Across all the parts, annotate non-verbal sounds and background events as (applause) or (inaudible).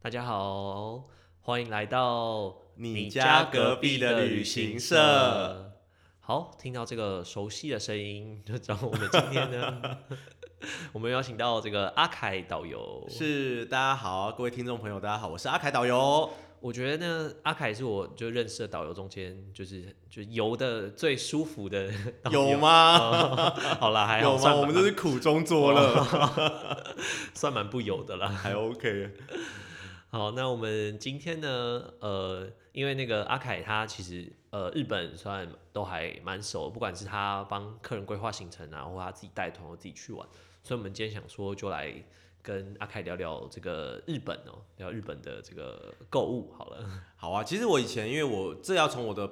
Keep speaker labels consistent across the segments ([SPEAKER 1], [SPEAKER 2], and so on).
[SPEAKER 1] 大家好，欢迎来到
[SPEAKER 2] 你家隔壁的旅行社。
[SPEAKER 1] 好，听到这个熟悉的声音，就知道我们今天呢， (laughs) 我们邀请到这个阿凯导游。
[SPEAKER 2] 是，大家好，各位听众朋友，大家好，我是阿凯导游。
[SPEAKER 1] 我觉得呢，阿凯是我就认识的导游中间，就是就游的最舒服的导游
[SPEAKER 2] 有？吗？
[SPEAKER 1] 哦 (laughs) 好啦，还好
[SPEAKER 2] 有吗？
[SPEAKER 1] 算哦
[SPEAKER 2] 我们这是苦中作乐，
[SPEAKER 1] 算蛮不游的啦。
[SPEAKER 2] (laughs) 还 OK。
[SPEAKER 1] 好，那我们今天呢，呃，因为那个阿凯他其实呃日本算都还蛮熟，不管是他帮客人规划行程啊，或他自己带团或自己去玩，所以我们今天想说就来跟阿凯聊聊这个日本哦，聊日本的这个购物好了。
[SPEAKER 2] 好啊，其实我以前因为我这要从我的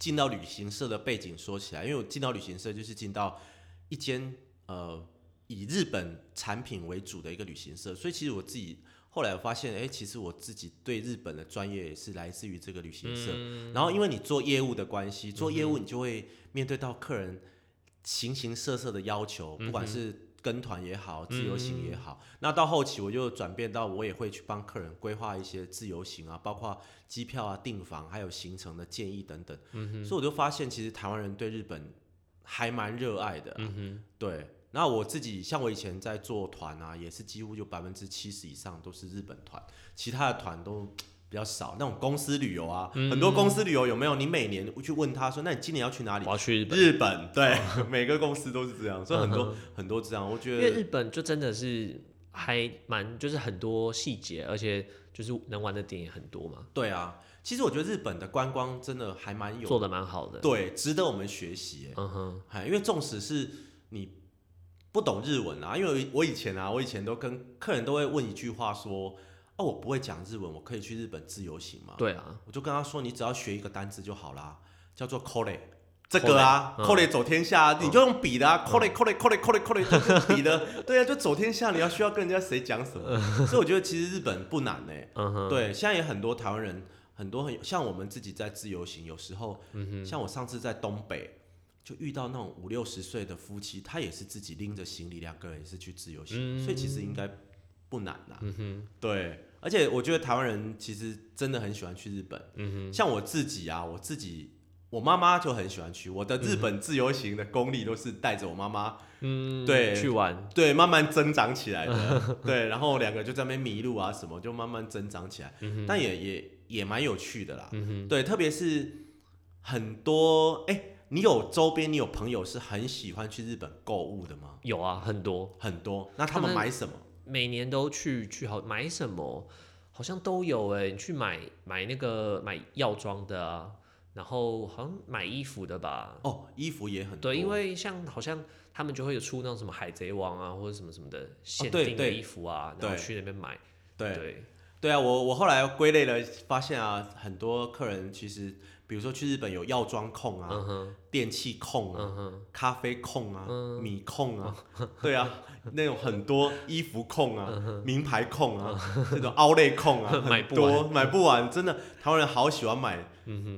[SPEAKER 2] 进到旅行社的背景说起来，因为我进到旅行社就是进到一间呃以日本产品为主的一个旅行社，所以其实我自己后来我发现，哎、其实我自己对日本的专业也是来自于这个旅行社。
[SPEAKER 1] 嗯
[SPEAKER 2] 然后因为你做业务的关系，做业务你就会面对到客人形形色色的要求，
[SPEAKER 1] 嗯
[SPEAKER 2] 不管是。跟团也好，自由行也好，那到后期我就转变到我也会去帮客人规划一些自由行啊，包括机票啊、订房，还有行程的建议等等。嗯、所以我就发现，其实台湾人对日本还蛮热爱的、啊
[SPEAKER 1] 嗯哼，
[SPEAKER 2] 对，那我自己像我以前在做团啊，也是几乎就百分之七十以上都是日本团，其他的团都比较少。那种公司旅游啊，
[SPEAKER 1] 嗯
[SPEAKER 2] 很多公司旅游有没有？你每年去问他说，那你今年要去哪
[SPEAKER 1] (laughs)
[SPEAKER 2] 里
[SPEAKER 1] 我？要去日本，哦嗯
[SPEAKER 2] 日本，对， (laughs) 每个公司都是这样，所以很多、很多这样。我觉
[SPEAKER 1] 因为
[SPEAKER 2] 得
[SPEAKER 1] 日本就真的是还蛮就是很多细节，而且就是能玩的点也很多嘛，
[SPEAKER 2] 对啊，其实我觉得日本的观光真的还蛮有，
[SPEAKER 1] 做的蛮好的。
[SPEAKER 2] 对，值得我们学习耶。
[SPEAKER 1] 嗯哼，
[SPEAKER 2] 哎，因为纵使是你不懂日文啊，因为我以前啊，我以前都跟客人都会问一句话说：“哦，我不会讲日文，我可以去日本自由行吗
[SPEAKER 1] 对啊，？”
[SPEAKER 2] 我就跟他说：“你只要学一个单字就好啦，叫做 kore。”这个啊，kore 走天下啊，你就用笔的啊，kore kore kore kore kore 就是笔的，对啊，就走天下，你要需要跟人家谁讲什么？所以我觉得其实日本不难呢、欸
[SPEAKER 1] 嗯哼，
[SPEAKER 2] 对，现在也很多台湾人，很多很像我们自己在自由行，有时候，
[SPEAKER 1] 嗯
[SPEAKER 2] 像我上次在东北就遇到那种五六十岁的夫妻，他也是自己拎着行李，两个人也是去自由行，所以其实应该不难啦。
[SPEAKER 1] 嗯哼，
[SPEAKER 2] 对，而且我觉得台湾人其实真的很喜欢去日本，
[SPEAKER 1] 嗯
[SPEAKER 2] 像我自己啊，我自己。我妈妈就很喜欢去，我的
[SPEAKER 1] 嗯
[SPEAKER 2] 日本自由行的功力都是带着我妈妈
[SPEAKER 1] 哼，嗯，
[SPEAKER 2] 对
[SPEAKER 1] 去玩，
[SPEAKER 2] 对，慢慢增长起来
[SPEAKER 1] (laughs)
[SPEAKER 2] 的。对，然后两个就在那边迷路啊，什么就慢慢增长起来，
[SPEAKER 1] 嗯
[SPEAKER 2] 但也也也蛮有趣的啦。对，特别是很多哎、你有周边，你有朋友是很喜欢去日本购物的吗？
[SPEAKER 1] 有啊，很多。
[SPEAKER 2] 很多，那
[SPEAKER 1] 他
[SPEAKER 2] 他
[SPEAKER 1] 们
[SPEAKER 2] 们买什么？
[SPEAKER 1] 每年都去去好买什么，好像都有哎、你去买买那个买药妆的啊，然后好像买衣服的吧。
[SPEAKER 2] 哦，衣服也很多，
[SPEAKER 1] 对，因为像好像他们就会有出那种什么海贼王啊，或者什么什么的限
[SPEAKER 2] 哦对
[SPEAKER 1] 定的
[SPEAKER 2] 对
[SPEAKER 1] 衣服啊，然后
[SPEAKER 2] 对
[SPEAKER 1] 去那边买。
[SPEAKER 2] 对
[SPEAKER 1] 对，
[SPEAKER 2] 对啊，我我后来归类了，发现啊，很多客人其实，比如说去日本有药妆控啊，
[SPEAKER 1] 嗯哼，
[SPEAKER 2] 电器控啊，
[SPEAKER 1] 嗯哼，
[SPEAKER 2] 咖啡控啊，
[SPEAKER 1] 嗯
[SPEAKER 2] 米控
[SPEAKER 1] (laughs)
[SPEAKER 2] 啊，对啊，那种很多衣服控
[SPEAKER 1] 嗯
[SPEAKER 2] 啊，名牌控啊，这种凹类控啊，
[SPEAKER 1] (laughs) 买
[SPEAKER 2] 很
[SPEAKER 1] 不完嗯
[SPEAKER 2] 多买不完，真的台湾人好喜欢买。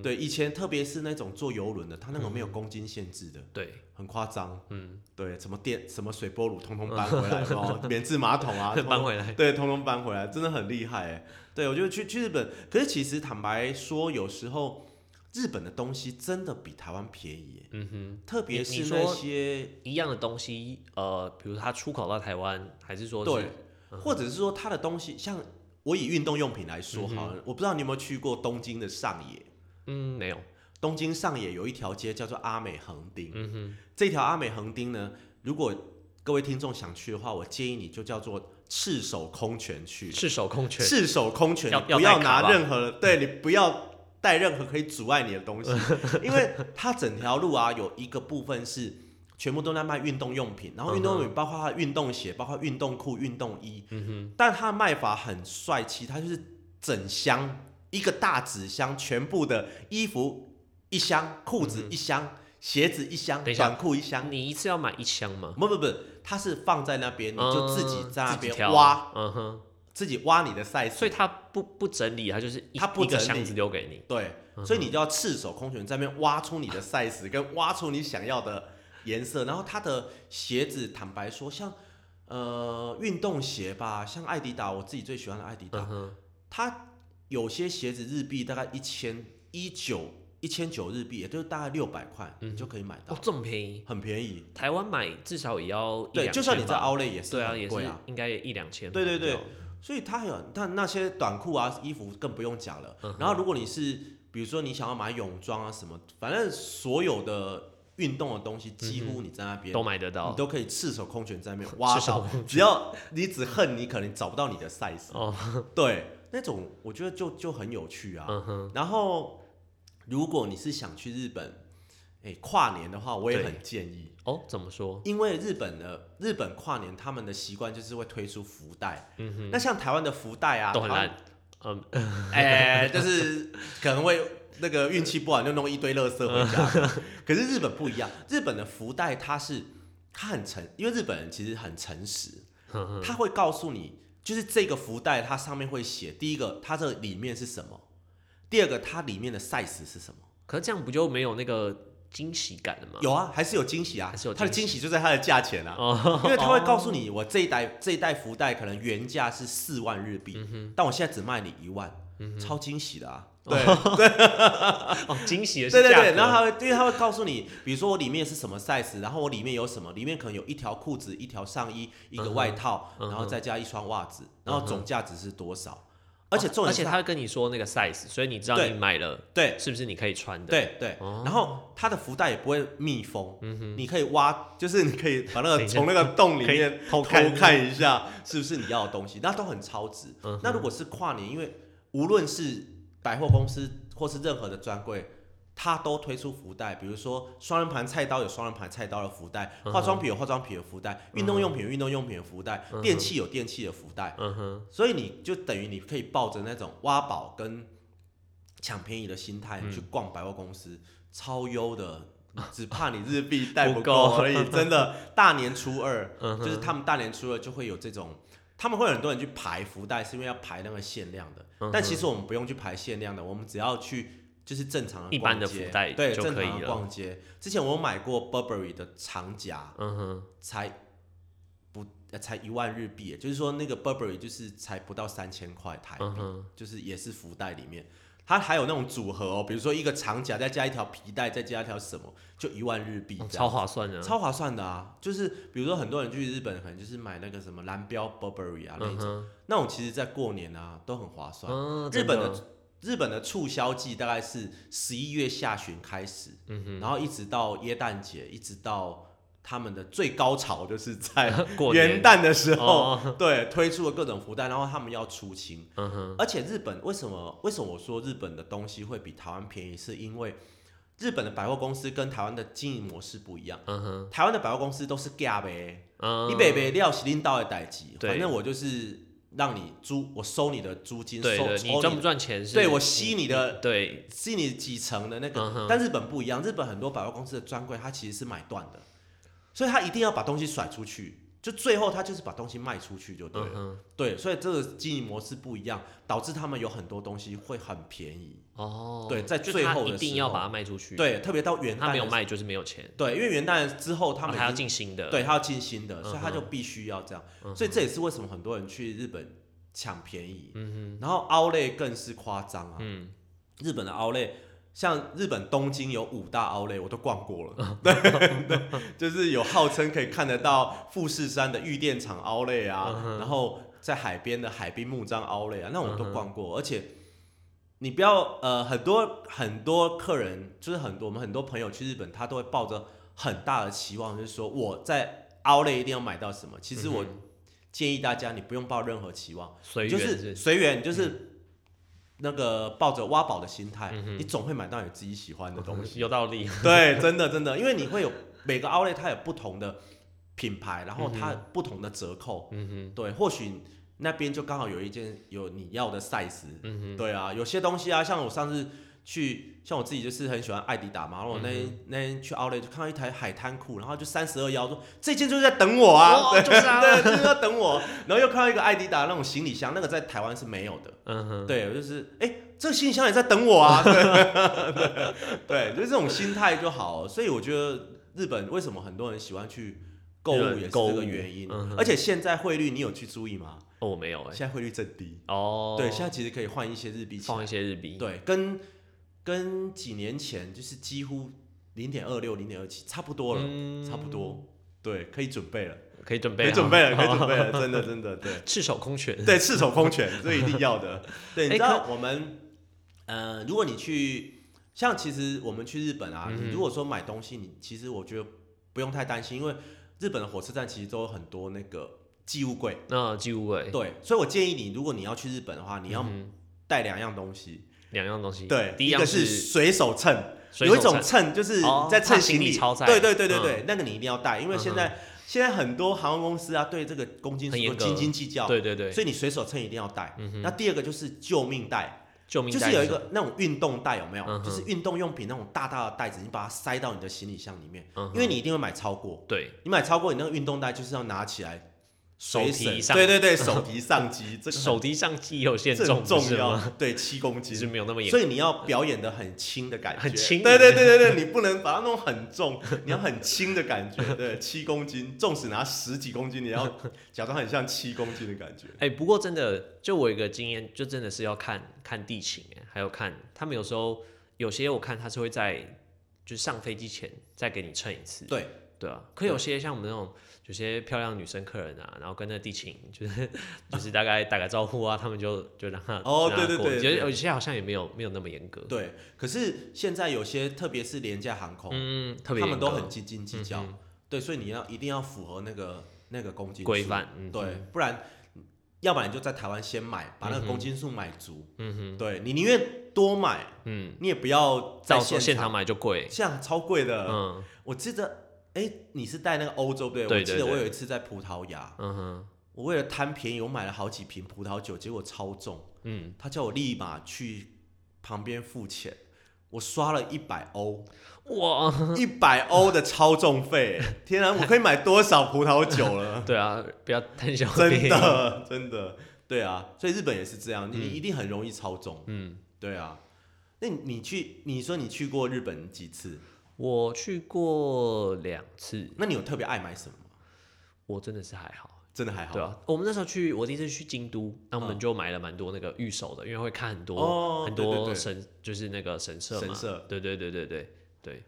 [SPEAKER 2] 对，以前特别是那种坐游轮的，它那种没有公斤限制的，
[SPEAKER 1] 对，
[SPEAKER 2] 很夸张。
[SPEAKER 1] 嗯，
[SPEAKER 2] 对，什么电、什么水波炉，通通搬回来，然后 (laughs) 免治马桶啊，通
[SPEAKER 1] (laughs) 搬
[SPEAKER 2] 通
[SPEAKER 1] 回来。
[SPEAKER 2] 对，通通搬回来，真的很厉害哎。对，我觉得去去日本，可是其实坦白说，有时候日本的东西真的比台湾便宜耶，
[SPEAKER 1] 嗯哼，
[SPEAKER 2] 特别
[SPEAKER 1] 你
[SPEAKER 2] 是
[SPEAKER 1] 你
[SPEAKER 2] 那
[SPEAKER 1] 说
[SPEAKER 2] 些
[SPEAKER 1] 一样的东西，呃，比如它出口到台湾，还是说嗯是
[SPEAKER 2] 对，或者是说它的东西，像我以运动用品来说好了，我不知道你有没有去过东京的上野。
[SPEAKER 1] 嗯，没有，
[SPEAKER 2] 东京上野有一条街叫做阿美横町，
[SPEAKER 1] 嗯
[SPEAKER 2] 这条阿美横町呢，如果各位听众想去的话，我建议你就叫做赤手空拳去。
[SPEAKER 1] 赤手空拳，
[SPEAKER 2] 赤手空拳，
[SPEAKER 1] 要
[SPEAKER 2] 你不
[SPEAKER 1] 要
[SPEAKER 2] 要
[SPEAKER 1] 带卡
[SPEAKER 2] 拿
[SPEAKER 1] 吧
[SPEAKER 2] 任何，对你不要带任何可以阻碍你
[SPEAKER 1] (laughs)
[SPEAKER 2] 的东西，因为它整条路啊有一个部分是全部都在卖运动用品，然后运动
[SPEAKER 1] 嗯
[SPEAKER 2] 用品包括它的运动鞋、包括运动裤、运动衣，但它卖法很帅气，它就是整箱一个大纸箱，全部的衣服一箱，裤子一箱，鞋子一箱
[SPEAKER 1] 嗯等一，下
[SPEAKER 2] 短裤一箱，
[SPEAKER 1] 你一次要买一箱吗？
[SPEAKER 2] 不不不，它是放在那边，你就自己
[SPEAKER 1] 嗯
[SPEAKER 2] 在那
[SPEAKER 1] 自己
[SPEAKER 2] 边
[SPEAKER 1] 挑
[SPEAKER 2] 挖，，
[SPEAKER 1] 嗯哼。
[SPEAKER 2] 自己挖你的 size。
[SPEAKER 1] 所以他不不整理，他就是一
[SPEAKER 2] 他不
[SPEAKER 1] 一个
[SPEAKER 2] 整理
[SPEAKER 1] 箱子丢给你。
[SPEAKER 2] 对，所以你就要赤手空拳在那边挖出你的 size，跟挖出你想要的颜色。然后它的鞋子，坦白说，像呃运动鞋吧，像艾迪达，我自己最喜欢的艾迪达，
[SPEAKER 1] 嗯哼，
[SPEAKER 2] 它有些鞋子日币大概一千一九一千九日币，也就是大概六百块，你就可以买到
[SPEAKER 1] 哦，，这么便宜，很
[SPEAKER 2] 很便宜。
[SPEAKER 1] 台湾买至少也要一
[SPEAKER 2] 对，
[SPEAKER 1] 两
[SPEAKER 2] 就算
[SPEAKER 1] 千
[SPEAKER 2] 你在
[SPEAKER 1] 吧
[SPEAKER 2] Outlet 也是
[SPEAKER 1] 对啊，
[SPEAKER 2] 很
[SPEAKER 1] 也
[SPEAKER 2] 贵
[SPEAKER 1] 是
[SPEAKER 2] 啊。
[SPEAKER 1] 应该也一两千
[SPEAKER 2] 对
[SPEAKER 1] 跑
[SPEAKER 2] 对
[SPEAKER 1] 不
[SPEAKER 2] 对
[SPEAKER 1] 掉，
[SPEAKER 2] 所以它有，但那些短裤啊、衣服更不用讲了。
[SPEAKER 1] 嗯
[SPEAKER 2] 然后如果你是，比如说你想要买泳装啊什么，反正所有的运动的东西，几
[SPEAKER 1] 嗯
[SPEAKER 2] 乎你在那边、
[SPEAKER 1] 都买得到
[SPEAKER 2] 你。都可以赤手空拳在那边挖
[SPEAKER 1] 赤手 (laughs)
[SPEAKER 2] 到，只要你只恨你可能找不到你的 size，、
[SPEAKER 1] 哦，
[SPEAKER 2] 对，那种我觉得就就很有趣啊。
[SPEAKER 1] 嗯哼，
[SPEAKER 2] 然后如果你是想去日本，哎、跨年的话，我也
[SPEAKER 1] 对
[SPEAKER 2] 很建议，
[SPEAKER 1] 哦，怎么说？
[SPEAKER 2] 因为日本的日本跨年他们的习惯就是会推出福袋，那像台湾的福袋啊，
[SPEAKER 1] 嗯都很
[SPEAKER 2] 台湾
[SPEAKER 1] 烂，嗯，
[SPEAKER 2] 哎、 (laughs) 就是可能会那个运气不好就弄一堆垃圾回家。
[SPEAKER 1] (laughs)
[SPEAKER 2] 可是日本不一样，日本的福袋它是它很诚，因为日本人其实很诚实，
[SPEAKER 1] 嗯哼哼
[SPEAKER 2] 他会告诉你，就是这个福袋它上面会写，第一个它这里面是什么，第二个它里面的 size 是什么。
[SPEAKER 1] 可是这样不就没有那个惊喜感了吗？ (laughs)
[SPEAKER 2] 有啊，还是有惊喜啊，
[SPEAKER 1] 还是有
[SPEAKER 2] 它的
[SPEAKER 1] 惊
[SPEAKER 2] 惊喜就在它的价钱啊。
[SPEAKER 1] 哦，
[SPEAKER 2] 因为他会告诉你，我这一袋这一袋福袋可能原价是四万日币，
[SPEAKER 1] 嗯
[SPEAKER 2] 但我现在只卖你一万，超惊喜的啊！对，
[SPEAKER 1] 哦，惊喜的是
[SPEAKER 2] 对对
[SPEAKER 1] 价
[SPEAKER 2] 对，
[SPEAKER 1] 格，哦
[SPEAKER 2] 然后他会，因为他会告诉你，比如说我里面是什么 size，然后我里面有什么，里面可能有一条裤子、一条上衣、一个外套，
[SPEAKER 1] 嗯哼嗯
[SPEAKER 2] 然后再加一双袜子，然后总价值是多少？而且重
[SPEAKER 1] 哦而
[SPEAKER 2] 点
[SPEAKER 1] 且
[SPEAKER 2] 是它，
[SPEAKER 1] 他会跟你说那个 size，所以你知道
[SPEAKER 2] 对
[SPEAKER 1] 你买了
[SPEAKER 2] 对
[SPEAKER 1] 是不是你可以穿的？
[SPEAKER 2] 对对，然后它的福袋也不会密封，你可以挖， (laughs) 就是你可以把那
[SPEAKER 1] 等
[SPEAKER 2] 个
[SPEAKER 1] 一下
[SPEAKER 2] 从那个洞里
[SPEAKER 1] 可以
[SPEAKER 2] 面
[SPEAKER 1] 偷看
[SPEAKER 2] 看看一下是不是你要的东西，那都很超值。那如果是跨年，因为无论是百货公司或是任何的专柜，它都推出福袋，比如说双人盘菜刀有双人盘菜刀的福袋，化妆品有化妆品的福袋，运动用品有运动用品的福袋，电器有电器的福袋，
[SPEAKER 1] 嗯哼，
[SPEAKER 2] 所以你就等于你可以抱着那种挖宝跟抢便宜的心态去逛百货公司，超优的。只怕你日币带
[SPEAKER 1] 不
[SPEAKER 2] 不
[SPEAKER 1] 够
[SPEAKER 2] 够而已，真的。大年初二，
[SPEAKER 1] (laughs) 嗯
[SPEAKER 2] 就是他们大年初二就会有这种，他们会有很多人去排福袋，是因为要排那个限量的。
[SPEAKER 1] 嗯哼
[SPEAKER 2] 但其实我们不用去排限量的，我们只要去就是正常的
[SPEAKER 1] 一般的
[SPEAKER 2] 逛街
[SPEAKER 1] 福袋
[SPEAKER 2] 对，
[SPEAKER 1] 就
[SPEAKER 2] 正
[SPEAKER 1] 可以
[SPEAKER 2] 常的
[SPEAKER 1] 了
[SPEAKER 2] 逛街。之前我有买过 Burberry 的长夹，
[SPEAKER 1] 嗯哼，
[SPEAKER 2] 才不呃才一万日币耶，就是说那个 Burberry 就是才不到三千块台币，
[SPEAKER 1] 嗯哼，
[SPEAKER 2] 就是也是福袋里面。它还有那种组合哦，比如说一个长夹，再加一条皮带，再加一条什么，就一万日币
[SPEAKER 1] 哦
[SPEAKER 2] 这
[SPEAKER 1] 超
[SPEAKER 2] 样，
[SPEAKER 1] 划算的，
[SPEAKER 2] 超划算的啊！就是比如说很多人去日本，可能就是买那个什么蓝标 Burberry 啊那
[SPEAKER 1] 嗯
[SPEAKER 2] 种，
[SPEAKER 1] 哼，
[SPEAKER 2] 那种其实在过年啊都很划算。
[SPEAKER 1] 嗯，
[SPEAKER 2] 日本
[SPEAKER 1] 真
[SPEAKER 2] 的日本的促销季大概是十一月下旬开始，然后一直到耶诞节，一直到他们的最高潮就是在
[SPEAKER 1] (laughs) 过年
[SPEAKER 2] 元旦的时候，
[SPEAKER 1] 哦
[SPEAKER 2] 对，推出了各种福袋，然后他们要出清。
[SPEAKER 1] 嗯哼，
[SPEAKER 2] 而且日本为什么为什么我说日本的东西会比台湾便宜，是因为日本的百货公司跟台湾的经营模式不一样。
[SPEAKER 1] 嗯哼，
[SPEAKER 2] 台湾的百货公司都是价呗，
[SPEAKER 1] 嗯，
[SPEAKER 2] 你北北料是领导的代志，
[SPEAKER 1] 对
[SPEAKER 2] 反正我就是让你租，我收你的租金，
[SPEAKER 1] 对
[SPEAKER 2] 收
[SPEAKER 1] 对，
[SPEAKER 2] 抽
[SPEAKER 1] 你赚不赚钱是？
[SPEAKER 2] 对我吸你的，
[SPEAKER 1] 对，
[SPEAKER 2] 吸你几成的那个。
[SPEAKER 1] 嗯哼
[SPEAKER 2] 但日本不一样，日本很多百货公司的专柜，它其实是买断的，所以它一定要把东西甩出去，就最后它就是把东西卖出去就对了。
[SPEAKER 1] 嗯哼，
[SPEAKER 2] 对，所以这个经营模式不一样，导致他们有很多东西会很便宜。
[SPEAKER 1] 哦，
[SPEAKER 2] 对在
[SPEAKER 1] 就
[SPEAKER 2] 最
[SPEAKER 1] 他
[SPEAKER 2] 后的
[SPEAKER 1] 一定
[SPEAKER 2] 时
[SPEAKER 1] 要
[SPEAKER 2] 候
[SPEAKER 1] 把它卖出去，，
[SPEAKER 2] 对，特别到元
[SPEAKER 1] 他
[SPEAKER 2] 旦
[SPEAKER 1] 没有
[SPEAKER 2] 的时，
[SPEAKER 1] 卖就是没有钱，
[SPEAKER 2] 对，因为元旦之后他
[SPEAKER 1] 哦
[SPEAKER 2] 们已
[SPEAKER 1] 还要
[SPEAKER 2] 经
[SPEAKER 1] 进新的，
[SPEAKER 2] 对，他要进新的，
[SPEAKER 1] 嗯哼嗯
[SPEAKER 2] 所以他就必须要这样。所以这也是为什么很多人去日本抢便宜。嗯、然后 Outlet 更是夸张啊，
[SPEAKER 1] 嗯，
[SPEAKER 2] 日本的 Outlet，像日本东京有五大 Outlet，我都逛过
[SPEAKER 1] 嗯
[SPEAKER 2] 了。 (laughs) 对对，就是有号称可以看得到富士山的御电厂 Outlet 啊，
[SPEAKER 1] 嗯
[SPEAKER 2] 然后在海边的海滨木章 Outlet 啊，那我都逛
[SPEAKER 1] 嗯
[SPEAKER 2] 过，而且。你不要呃，很多很多客人，就是很多我们很多朋友去日本，他都会抱着很大的期望，就是说我在 Outlet 一定要买到什么。其实我建议大家，你不用抱任何期望，
[SPEAKER 1] 嗯随
[SPEAKER 2] 就
[SPEAKER 1] 缘嗯
[SPEAKER 2] 是 (laughs) 随缘，就是那个抱着挖宝的心态，你总会买到你自己喜欢的东西。
[SPEAKER 1] 有道理，
[SPEAKER 2] 对，真的真的，因为你会有每个 Outlet 它有不同的品牌，然后它不同的折扣。
[SPEAKER 1] 嗯哼，
[SPEAKER 2] 对，或许那边就刚好有一件有你要的 size。
[SPEAKER 1] 嗯哼，
[SPEAKER 2] 对啊，有些东西啊，像我上次去，像我自己就是很喜欢艾迪达嘛，然后我那
[SPEAKER 1] 嗯
[SPEAKER 2] 天、那天去 Outlet 就看到一台海滩裤，然后就三十二腰，说这件就是在等我啊，
[SPEAKER 1] 哦
[SPEAKER 2] 对
[SPEAKER 1] 就是啊
[SPEAKER 2] (laughs) 对，就是要等我，然后又看到一个艾迪达那种行李箱，那个在台湾是没有的，
[SPEAKER 1] 嗯哼，
[SPEAKER 2] 对，我就是哎、这个行李箱也在等我啊， (laughs) 对，对，就是这种心态就好，所以我觉得日本为什么很多人喜欢去购
[SPEAKER 1] 日
[SPEAKER 2] 物
[SPEAKER 1] 本
[SPEAKER 2] 也是
[SPEAKER 1] 购
[SPEAKER 2] 这个
[SPEAKER 1] 物
[SPEAKER 2] 原因。
[SPEAKER 1] 嗯哼
[SPEAKER 2] 而且现在汇率你有去注意吗？
[SPEAKER 1] 哦，我没有哎、
[SPEAKER 2] 现在汇率正低，
[SPEAKER 1] 哦，
[SPEAKER 2] 对，现在其实可以换一些日币起来
[SPEAKER 1] 放一些日币，
[SPEAKER 2] 对，跟跟几年前就是几乎零点二六、零点二七差不多了，
[SPEAKER 1] 嗯
[SPEAKER 2] 差不多。对，可以准备了，
[SPEAKER 1] 可以准
[SPEAKER 2] 可
[SPEAKER 1] 备，啊
[SPEAKER 2] 以准备了，可以准备了，真的真的，对
[SPEAKER 1] (laughs) 赤手空 (laughs) 拳，
[SPEAKER 2] 对，赤手空拳，这一定要的。对，你
[SPEAKER 1] 哎
[SPEAKER 2] 知道我们呃，如果你去像其实我们去日本啊，
[SPEAKER 1] 嗯
[SPEAKER 2] 你如果说买东西，你其实我觉得不用太担心，因为日本的火车站其实都有很多那个寄物柜。
[SPEAKER 1] 那欸寄物柜
[SPEAKER 2] 对，所以我建议你，如果你要去日本的话，你要带两样东西。
[SPEAKER 1] 嗯两样东西，
[SPEAKER 2] 对，
[SPEAKER 1] 第一
[SPEAKER 2] 个
[SPEAKER 1] 样
[SPEAKER 2] 是随手秤，
[SPEAKER 1] 水
[SPEAKER 2] 有一
[SPEAKER 1] 手
[SPEAKER 2] 种
[SPEAKER 1] 餐
[SPEAKER 2] 秤就是
[SPEAKER 1] 哦
[SPEAKER 2] 在
[SPEAKER 1] 怕
[SPEAKER 2] 称
[SPEAKER 1] 行李
[SPEAKER 2] 李，
[SPEAKER 1] 超载
[SPEAKER 2] 对对对对
[SPEAKER 1] 嗯
[SPEAKER 2] 对，那个你一定要带，因为现在现在很多航空公司啊对这个公斤数
[SPEAKER 1] 很严
[SPEAKER 2] 都
[SPEAKER 1] 格
[SPEAKER 2] 斤斤计较，
[SPEAKER 1] 对对对，嗯
[SPEAKER 2] 所以你随手秤一定要带。那第二个就是救命带，
[SPEAKER 1] 救命
[SPEAKER 2] 就
[SPEAKER 1] 带
[SPEAKER 2] 是有一
[SPEAKER 1] 什么，
[SPEAKER 2] 个那种运动袋，有没有？
[SPEAKER 1] 嗯哼
[SPEAKER 2] 就是运动用品那种大大的袋子，你把它塞到你的行李箱里面，
[SPEAKER 1] 嗯哼
[SPEAKER 2] 因为你一定会买超过，
[SPEAKER 1] 对
[SPEAKER 2] 你买超过你那个运动袋就是要拿起来
[SPEAKER 1] 手
[SPEAKER 2] 随
[SPEAKER 1] 提
[SPEAKER 2] 身
[SPEAKER 1] 上
[SPEAKER 2] 对对对，手提
[SPEAKER 1] (laughs)
[SPEAKER 2] 上机，这个很
[SPEAKER 1] 手提上机也有限
[SPEAKER 2] 嗯这
[SPEAKER 1] 重，
[SPEAKER 2] 很
[SPEAKER 1] 不
[SPEAKER 2] 重
[SPEAKER 1] 是
[SPEAKER 2] 要
[SPEAKER 1] 吗？，
[SPEAKER 2] 对，七公斤
[SPEAKER 1] 其实没有那么严，
[SPEAKER 2] 所以你要表演的很轻的感觉，
[SPEAKER 1] 很轻
[SPEAKER 2] 对对对对对，你不能把它弄很重，你要很轻的感觉，对，七公斤，纵使拿十几公斤，你要假装很像七公斤的感觉。
[SPEAKER 1] 哎、不过真的，就我有一个经验，就真的是要看看地形，哎，还有看他们有时候有些我看他是会在就是上飞机前再给你称一次，
[SPEAKER 2] 对
[SPEAKER 1] 对啊。可有些像我们那种有些漂亮女生客人啊，然后跟那地勤就是 (laughs) 就是大概打个招呼啊，他们就就让他
[SPEAKER 2] 哦
[SPEAKER 1] 让他
[SPEAKER 2] 对对
[SPEAKER 1] 过
[SPEAKER 2] 对
[SPEAKER 1] 觉得
[SPEAKER 2] 对
[SPEAKER 1] 有些好像也没有没有那么严格，
[SPEAKER 2] 对，可是现在有些，特别是廉价航空，
[SPEAKER 1] 嗯，特别
[SPEAKER 2] 哦他们都
[SPEAKER 1] 严格
[SPEAKER 2] 很斤斤计较，
[SPEAKER 1] 嗯
[SPEAKER 2] 对，所以你要一定要符合那个那个公斤数
[SPEAKER 1] 规，范，嗯，
[SPEAKER 2] 对，不然要不然你就在台湾先买，把那个公斤数买足，
[SPEAKER 1] 嗯
[SPEAKER 2] 对你宁愿多买，
[SPEAKER 1] 哼，嗯，
[SPEAKER 2] 你也不要在
[SPEAKER 1] 到时候现
[SPEAKER 2] 场呃
[SPEAKER 1] 场买就贵，
[SPEAKER 2] 现场超贵的，
[SPEAKER 1] 嗯
[SPEAKER 2] 我记得，哎、你是带那个欧洲对不
[SPEAKER 1] 对
[SPEAKER 2] 我记
[SPEAKER 1] 对
[SPEAKER 2] 得我
[SPEAKER 1] 对
[SPEAKER 2] 有一次在葡萄牙，
[SPEAKER 1] 嗯哼，
[SPEAKER 2] 我为了贪便宜，我买了好几瓶葡萄酒，结果超重。
[SPEAKER 1] 嗯，
[SPEAKER 2] 他叫我立马去旁边付钱，我刷了一百欧，
[SPEAKER 1] 哇，？
[SPEAKER 2] 一百欧的超重费、哎天啊，我可以买多少葡萄酒了
[SPEAKER 1] 对啊，不要贪小便
[SPEAKER 2] 真
[SPEAKER 1] 宜，
[SPEAKER 2] 的，真的，对啊，所以日本也是这样，你一定很容易超重。
[SPEAKER 1] 嗯。
[SPEAKER 2] 对啊，那你你去，你说你去过日本几次？
[SPEAKER 1] 我去过两次，
[SPEAKER 2] 那你有特别爱买什么吗？
[SPEAKER 1] 我真的是还好。
[SPEAKER 2] 真的还好。
[SPEAKER 1] 对啊，我们那时候去，我第一次去京都，那我们
[SPEAKER 2] 嗯
[SPEAKER 1] 就买了蛮多那个御守的，因为会看很多、
[SPEAKER 2] 哦
[SPEAKER 1] 很
[SPEAKER 2] 对对
[SPEAKER 1] 多
[SPEAKER 2] 对
[SPEAKER 1] 神，就是那个神社嘛。
[SPEAKER 2] 神社
[SPEAKER 1] 对对对对对对，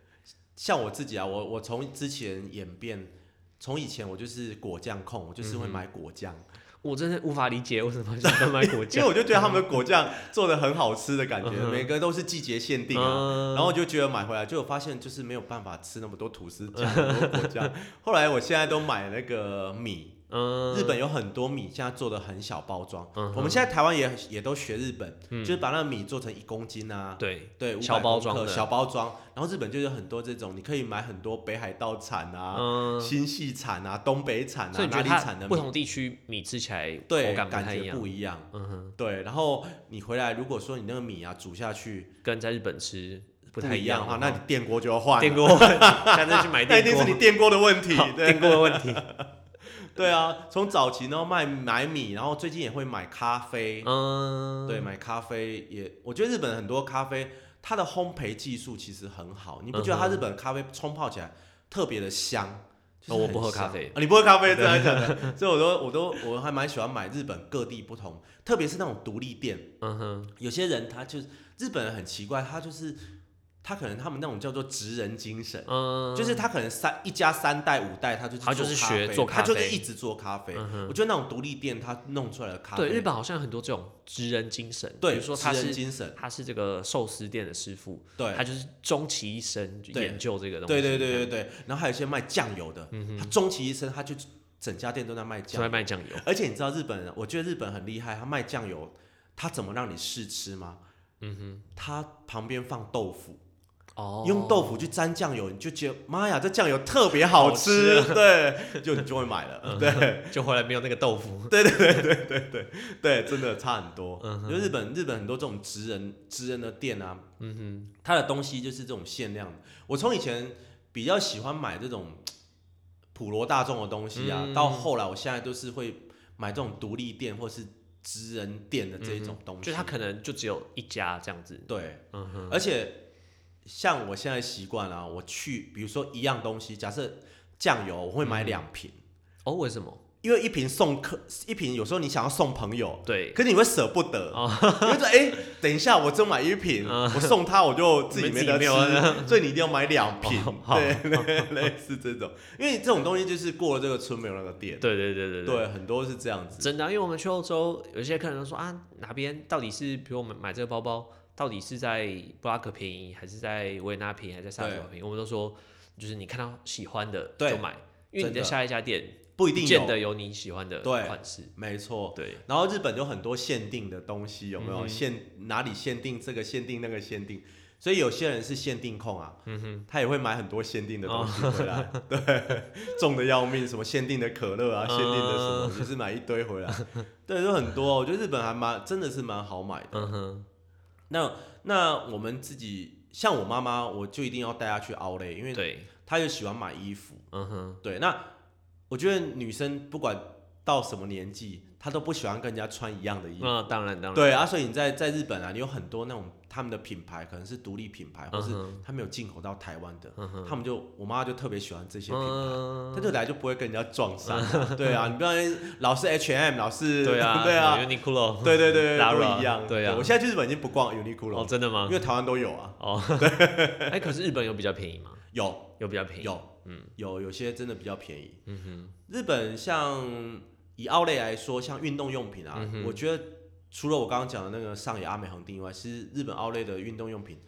[SPEAKER 2] 像我自己啊，我我从之前演变，从以前我就是果酱控，我就是会
[SPEAKER 1] 嗯
[SPEAKER 2] 买果酱，
[SPEAKER 1] 我真的无法理解为什么喜欢买果
[SPEAKER 2] (laughs) 因为
[SPEAKER 1] 酱。
[SPEAKER 2] 我就觉得他们的果酱做的很好吃的感觉，
[SPEAKER 1] 嗯哼
[SPEAKER 2] 每个都是季节限定啊。
[SPEAKER 1] 嗯
[SPEAKER 2] 然后我就觉得买回来，就我发现就是没有办法吃那么多吐司酱、很多
[SPEAKER 1] (laughs)
[SPEAKER 2] 果酱。后来我现在都买那个米，
[SPEAKER 1] 嗯，
[SPEAKER 2] 日本有很多米现在做的很小包装。
[SPEAKER 1] 嗯哼
[SPEAKER 2] 我们现在台湾也也都学日本，就是把那个米做成一公斤啊，
[SPEAKER 1] 嗯对
[SPEAKER 2] 对，500
[SPEAKER 1] 小包装
[SPEAKER 2] 公克
[SPEAKER 1] 的
[SPEAKER 2] 小包装。然后日本就有很多这种，你可以买很多北海道产啊，
[SPEAKER 1] 嗯，
[SPEAKER 2] 新系产啊，东北产
[SPEAKER 1] 所
[SPEAKER 2] 啊，
[SPEAKER 1] 以你觉
[SPEAKER 2] 哪
[SPEAKER 1] 得
[SPEAKER 2] 里
[SPEAKER 1] 它
[SPEAKER 2] 产的
[SPEAKER 1] 不
[SPEAKER 2] 米，
[SPEAKER 1] 同地区米吃起来
[SPEAKER 2] 对，
[SPEAKER 1] 口感不
[SPEAKER 2] 感
[SPEAKER 1] 太一
[SPEAKER 2] 觉
[SPEAKER 1] 样，
[SPEAKER 2] 不一样。
[SPEAKER 1] 嗯哼，
[SPEAKER 2] 对，然后你回来，如果说你那个米啊煮下去
[SPEAKER 1] 跟在日本吃不
[SPEAKER 2] 不
[SPEAKER 1] 太
[SPEAKER 2] 一
[SPEAKER 1] 样哦
[SPEAKER 2] 的话，那你电锅就要换了，
[SPEAKER 1] 电锅，
[SPEAKER 2] (laughs)
[SPEAKER 1] 下次去买
[SPEAKER 2] 啊那一
[SPEAKER 1] 电
[SPEAKER 2] 定
[SPEAKER 1] 锅
[SPEAKER 2] 是，你电锅的 (laughs) 问题
[SPEAKER 1] 好。
[SPEAKER 2] 对
[SPEAKER 1] 电锅的问题。
[SPEAKER 2] 对啊，从早期然后卖买米，然后最近也会买咖啡，
[SPEAKER 1] 嗯，
[SPEAKER 2] 对，买咖啡也，我觉得日本很多咖啡它的烘焙技术其实很好，你不觉得它
[SPEAKER 1] 嗯哼
[SPEAKER 2] 日本咖啡冲泡起来特别的香？就
[SPEAKER 1] 哦
[SPEAKER 2] 是
[SPEAKER 1] 我
[SPEAKER 2] 很
[SPEAKER 1] 不喝
[SPEAKER 2] 香
[SPEAKER 1] 咖啡
[SPEAKER 2] 啊，你不喝 (laughs) 咖啡，真的假的？所以我都我都我还蛮喜欢买日本各地不同，特别是那种独立店，
[SPEAKER 1] 嗯哼。
[SPEAKER 2] 有些人他就是日本人很奇怪，他就是他可能他们那种叫做职人精神。
[SPEAKER 1] 嗯，
[SPEAKER 2] 就是他可能三一家三代五代，他就
[SPEAKER 1] 他就是学做
[SPEAKER 2] 做
[SPEAKER 1] 咖
[SPEAKER 2] 咖啡，他
[SPEAKER 1] 啡
[SPEAKER 2] 就是一直做咖啡。
[SPEAKER 1] 嗯
[SPEAKER 2] 我觉得那种独立店，他弄出来的咖啡，
[SPEAKER 1] 对日本好像很多这种职人精神，
[SPEAKER 2] 对，
[SPEAKER 1] 比如说他
[SPEAKER 2] 职人
[SPEAKER 1] 是
[SPEAKER 2] 精神，
[SPEAKER 1] 他是这个寿司店的师傅，
[SPEAKER 2] 对，
[SPEAKER 1] 他就是终其一生就
[SPEAKER 2] 对
[SPEAKER 1] 研究这个东嗯西，
[SPEAKER 2] 对对对对对，然后还有一些卖酱油的，他终其一生，他就整家店都在卖
[SPEAKER 1] 就
[SPEAKER 2] 酱
[SPEAKER 1] 在
[SPEAKER 2] 油。
[SPEAKER 1] 卖酱油，
[SPEAKER 2] 而且你知道日本人，我觉得日本很厉害，他卖酱油，他怎么让你试吃吗？嗯哼，他旁边放豆腐，
[SPEAKER 1] 哦，
[SPEAKER 2] 用豆腐去沾酱油，你就觉得妈呀，这酱油特别好吃， (laughs) 对，就你就会买
[SPEAKER 1] 嗯
[SPEAKER 2] 了，对
[SPEAKER 1] 哦 (laughs) 就后来没有那个豆腐，
[SPEAKER 2] (laughs) 对，真的差很多。
[SPEAKER 1] 嗯
[SPEAKER 2] 就日本日本很多这种职人职人的店啊，嗯哼，他的东西就是这种限量的。我从以前比较喜欢买这种普罗大众的东西啊，
[SPEAKER 1] 嗯
[SPEAKER 2] 到后来我现在都是会买这种独立店或是职人店的这一种东西。
[SPEAKER 1] 嗯就他可能就只有一家这样子，
[SPEAKER 2] 对，
[SPEAKER 1] 嗯哼，
[SPEAKER 2] 啊而且像我现在习惯了，我去比如说一样东西，假设酱油，我会
[SPEAKER 1] 嗯
[SPEAKER 2] 买两瓶，
[SPEAKER 1] 哦，为什么？
[SPEAKER 2] 因为一瓶送客，一瓶有时候你想要送朋友，
[SPEAKER 1] 对，
[SPEAKER 2] 可是你会舍不得，
[SPEAKER 1] 哦
[SPEAKER 2] 你会说哎、等一下我只有买一瓶，我送他我就自己没
[SPEAKER 1] 嗯我们自己
[SPEAKER 2] 得
[SPEAKER 1] 没有啊
[SPEAKER 2] 吃，所以你一定要买两瓶，
[SPEAKER 1] 哦好
[SPEAKER 2] 对，类类似这种，因为这种东西就是过了这个村没有那个店，
[SPEAKER 1] 对对对对对。
[SPEAKER 2] 对，很多是这样子，
[SPEAKER 1] 真的啊、因为我们去欧洲，有些客人都说啊，哪边到底是，比如我们买这个包包，到底是在布拉格便宜，还是在维也纳便宜，还是在萨
[SPEAKER 2] 对
[SPEAKER 1] 斯堡便宜？我们都说，就是你看到喜欢的
[SPEAKER 2] 对
[SPEAKER 1] 就买，因为
[SPEAKER 2] 真
[SPEAKER 1] 你
[SPEAKER 2] 的
[SPEAKER 1] 在下一家店
[SPEAKER 2] 不一定
[SPEAKER 1] 见
[SPEAKER 2] 有，
[SPEAKER 1] 得有你喜欢的
[SPEAKER 2] 对
[SPEAKER 1] 款式。
[SPEAKER 2] 没错。
[SPEAKER 1] 对，
[SPEAKER 2] 然后日本有很多限定的东西，有没
[SPEAKER 1] 嗯
[SPEAKER 2] 有、
[SPEAKER 1] 哼
[SPEAKER 2] 限哪里限定这个限定那个限定？所以有些人是限定控啊，
[SPEAKER 1] 嗯
[SPEAKER 2] 他也会买很多限定的东西回来，
[SPEAKER 1] 哦
[SPEAKER 2] (laughs) 对，重的要命，什么限定的可乐啊，
[SPEAKER 1] 嗯
[SPEAKER 2] 限定的什么，就是买一堆回来，对，有很多哦、我觉得日本还蛮真的是蛮好买的。
[SPEAKER 1] 嗯哼，
[SPEAKER 2] 那那我们自己像我妈妈，我就一定要带她去 Outlet，因为
[SPEAKER 1] 对，
[SPEAKER 2] 她就喜欢买衣服，
[SPEAKER 1] 嗯哼，
[SPEAKER 2] 对，那我觉得女生不管到什么年纪，她都不喜欢跟人家穿一样的衣服。
[SPEAKER 1] 那当然当然，
[SPEAKER 2] 对啊，所以你在在日本啊，你有很多那种他们的品牌可能是独立品牌，或是
[SPEAKER 1] 嗯哼
[SPEAKER 2] 他没有进口到台湾的，
[SPEAKER 1] 嗯哼，
[SPEAKER 2] 他们就我妈就特别喜欢这些品牌。
[SPEAKER 1] 嗯，
[SPEAKER 2] 她就来就不会跟人家撞衫啊、 (laughs) 对啊，你不要老是 H M，老
[SPEAKER 1] (laughs)
[SPEAKER 2] 是
[SPEAKER 1] 对啊，
[SPEAKER 2] (laughs) 对啊，
[SPEAKER 1] ，Uniqlo，
[SPEAKER 2] 对
[SPEAKER 1] (laughs)
[SPEAKER 2] 对对，
[SPEAKER 1] Zara，
[SPEAKER 2] 都一样，
[SPEAKER 1] 对啊
[SPEAKER 2] 我现在去日本已经不逛 Uniqlo，了、
[SPEAKER 1] 哦，真的吗
[SPEAKER 2] 因？为台湾都有啊，
[SPEAKER 1] 哦，哎、可是日本有比较便宜吗？
[SPEAKER 2] 有
[SPEAKER 1] 有比较便宜，
[SPEAKER 2] 有，
[SPEAKER 1] 嗯
[SPEAKER 2] 有有些真的比较便宜。
[SPEAKER 1] 嗯哼，
[SPEAKER 2] 日本像以奥类来说，像运动用品啊，
[SPEAKER 1] 嗯哼
[SPEAKER 2] 我觉得除了我刚刚讲的那个上野阿美横町以外，其实日本奥类的运动用品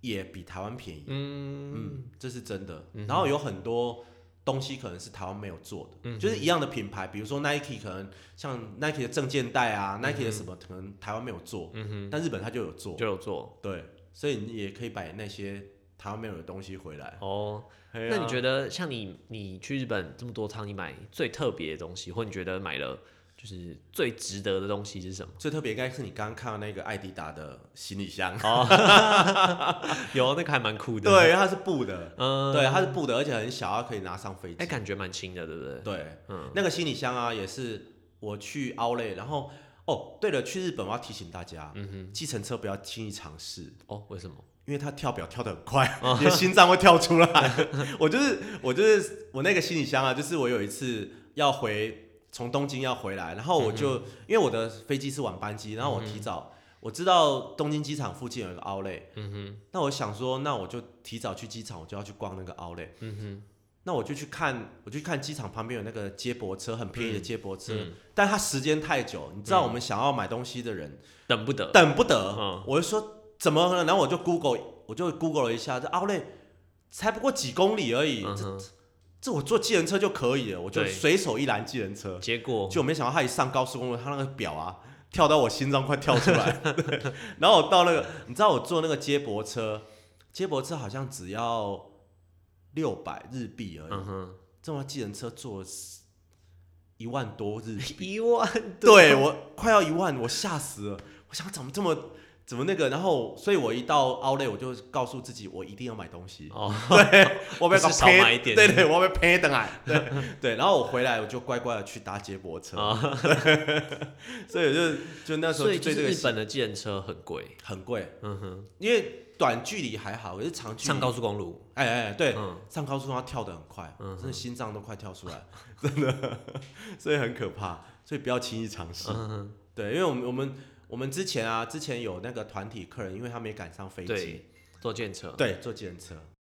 [SPEAKER 2] 也比台湾便宜，
[SPEAKER 1] 嗯，
[SPEAKER 2] 嗯，这是真的。
[SPEAKER 1] 嗯哼
[SPEAKER 2] 然后有很多东西可能是台湾没有做的，
[SPEAKER 1] 嗯哼
[SPEAKER 2] 就是一样的品牌，比如说 Nike 可能像 Nike 的证件袋啊、n i k e 的什么可能台湾没有做，
[SPEAKER 1] 嗯哼，
[SPEAKER 2] 但日本它就有做，
[SPEAKER 1] 就有做
[SPEAKER 2] 对，所以你也可以买那些台湾没有的东西回来。
[SPEAKER 1] 哦。
[SPEAKER 2] 嘿
[SPEAKER 1] 那
[SPEAKER 2] 啊
[SPEAKER 1] 你觉得像你你去日本这么多趟，你买最特别的东西，或你觉得买了就是最值得的东西是
[SPEAKER 2] (laughs)
[SPEAKER 1] 什么？
[SPEAKER 2] 最特别应该是你刚刚看到那个艾迪达的行李箱，
[SPEAKER 1] 哦有那个还蛮酷的，，
[SPEAKER 2] (laughs) 对，它是布的，
[SPEAKER 1] 嗯，
[SPEAKER 2] 对，它是布的，而且很小，它可以拿上飞
[SPEAKER 1] 哎，
[SPEAKER 2] 机。
[SPEAKER 1] 感觉蛮轻的，对不对？
[SPEAKER 2] 对，
[SPEAKER 1] 嗯，
[SPEAKER 2] 那个行李箱啊，也是我去奥莱，然后哦，对了，去日本我要提醒大家，
[SPEAKER 1] 嗯哼，
[SPEAKER 2] 计程车不要轻易尝试，
[SPEAKER 1] 哦，为什么？
[SPEAKER 2] 因为它跳表跳得很快，
[SPEAKER 1] 哦
[SPEAKER 2] (laughs) 你的心脏会跳出来。 (laughs) 我就是我就是我那个行李箱啊，就是我有一次要回从东京要回来，然后我
[SPEAKER 1] 嗯
[SPEAKER 2] 就、因为我的飞机是晚班机，然后我提早、我知道东京机场附近有一个 Outlet，嗯哼，那我想说，那我就提早去机场，我就要去逛那个 Outlet，
[SPEAKER 1] 嗯哼，
[SPEAKER 2] 那我就去看，我就去看机场旁边有那个接驳车，很便宜的接驳车，
[SPEAKER 1] 嗯
[SPEAKER 2] 但它时间太久，你知道我们想要买东西的人。
[SPEAKER 1] 等不得，
[SPEAKER 2] 等不得。
[SPEAKER 1] 嗯
[SPEAKER 2] 我就说怎么可能？然后我就 Google，我就 Google 了一下，这奥莱才不过几公里而已，
[SPEAKER 1] 嗯
[SPEAKER 2] 这
[SPEAKER 1] 哼，
[SPEAKER 2] 这我坐计程车就可以了，我就
[SPEAKER 1] 对
[SPEAKER 2] 随手一拦计程车，
[SPEAKER 1] 结果
[SPEAKER 2] 就没想到他一上高速公路，他那个表啊。跳到我心脏快跳
[SPEAKER 1] (laughs)
[SPEAKER 2] 出来，然后我到那个，你知道我坐那个接驳车，接驳车好像只要六百日币而已
[SPEAKER 1] 嗯，哼，
[SPEAKER 2] 这么计程车坐一万多日币，
[SPEAKER 1] 一万多，
[SPEAKER 2] 对我快要一万，我吓死了。我想怎么这么怎么那个，然后所以我一到 Outlet 我就告诉自己，我一定要买东西。
[SPEAKER 1] (laughs) 哦，
[SPEAKER 2] 对，我被
[SPEAKER 1] 不是少买一点
[SPEAKER 2] 对对，我被赔等来。对对，然后我回来我就乖乖的去搭接驳车，
[SPEAKER 1] 啊，
[SPEAKER 2] (laughs) 所以我就就那时候
[SPEAKER 1] 哦所
[SPEAKER 2] 就
[SPEAKER 1] 以就
[SPEAKER 2] 对这
[SPEAKER 1] 是
[SPEAKER 2] 个
[SPEAKER 1] 日本的计程车很贵，
[SPEAKER 2] 很贵，
[SPEAKER 1] 嗯哼，
[SPEAKER 2] 因为短距离还好，可是长距离
[SPEAKER 1] 上高速公路，
[SPEAKER 2] 哎哎哎对，
[SPEAKER 1] 嗯，
[SPEAKER 2] 上高速它跳得很快，
[SPEAKER 1] 嗯哼
[SPEAKER 2] 真的心脏都快跳出来， (laughs) 真的，所以很可怕，所以不要轻易尝试。
[SPEAKER 1] 嗯哼，
[SPEAKER 2] 对，因为我们我们我们之前啊，之前有那个团体客人，因为他没赶上飞机，
[SPEAKER 1] 对，坐计程车，
[SPEAKER 2] 对，坐计程车。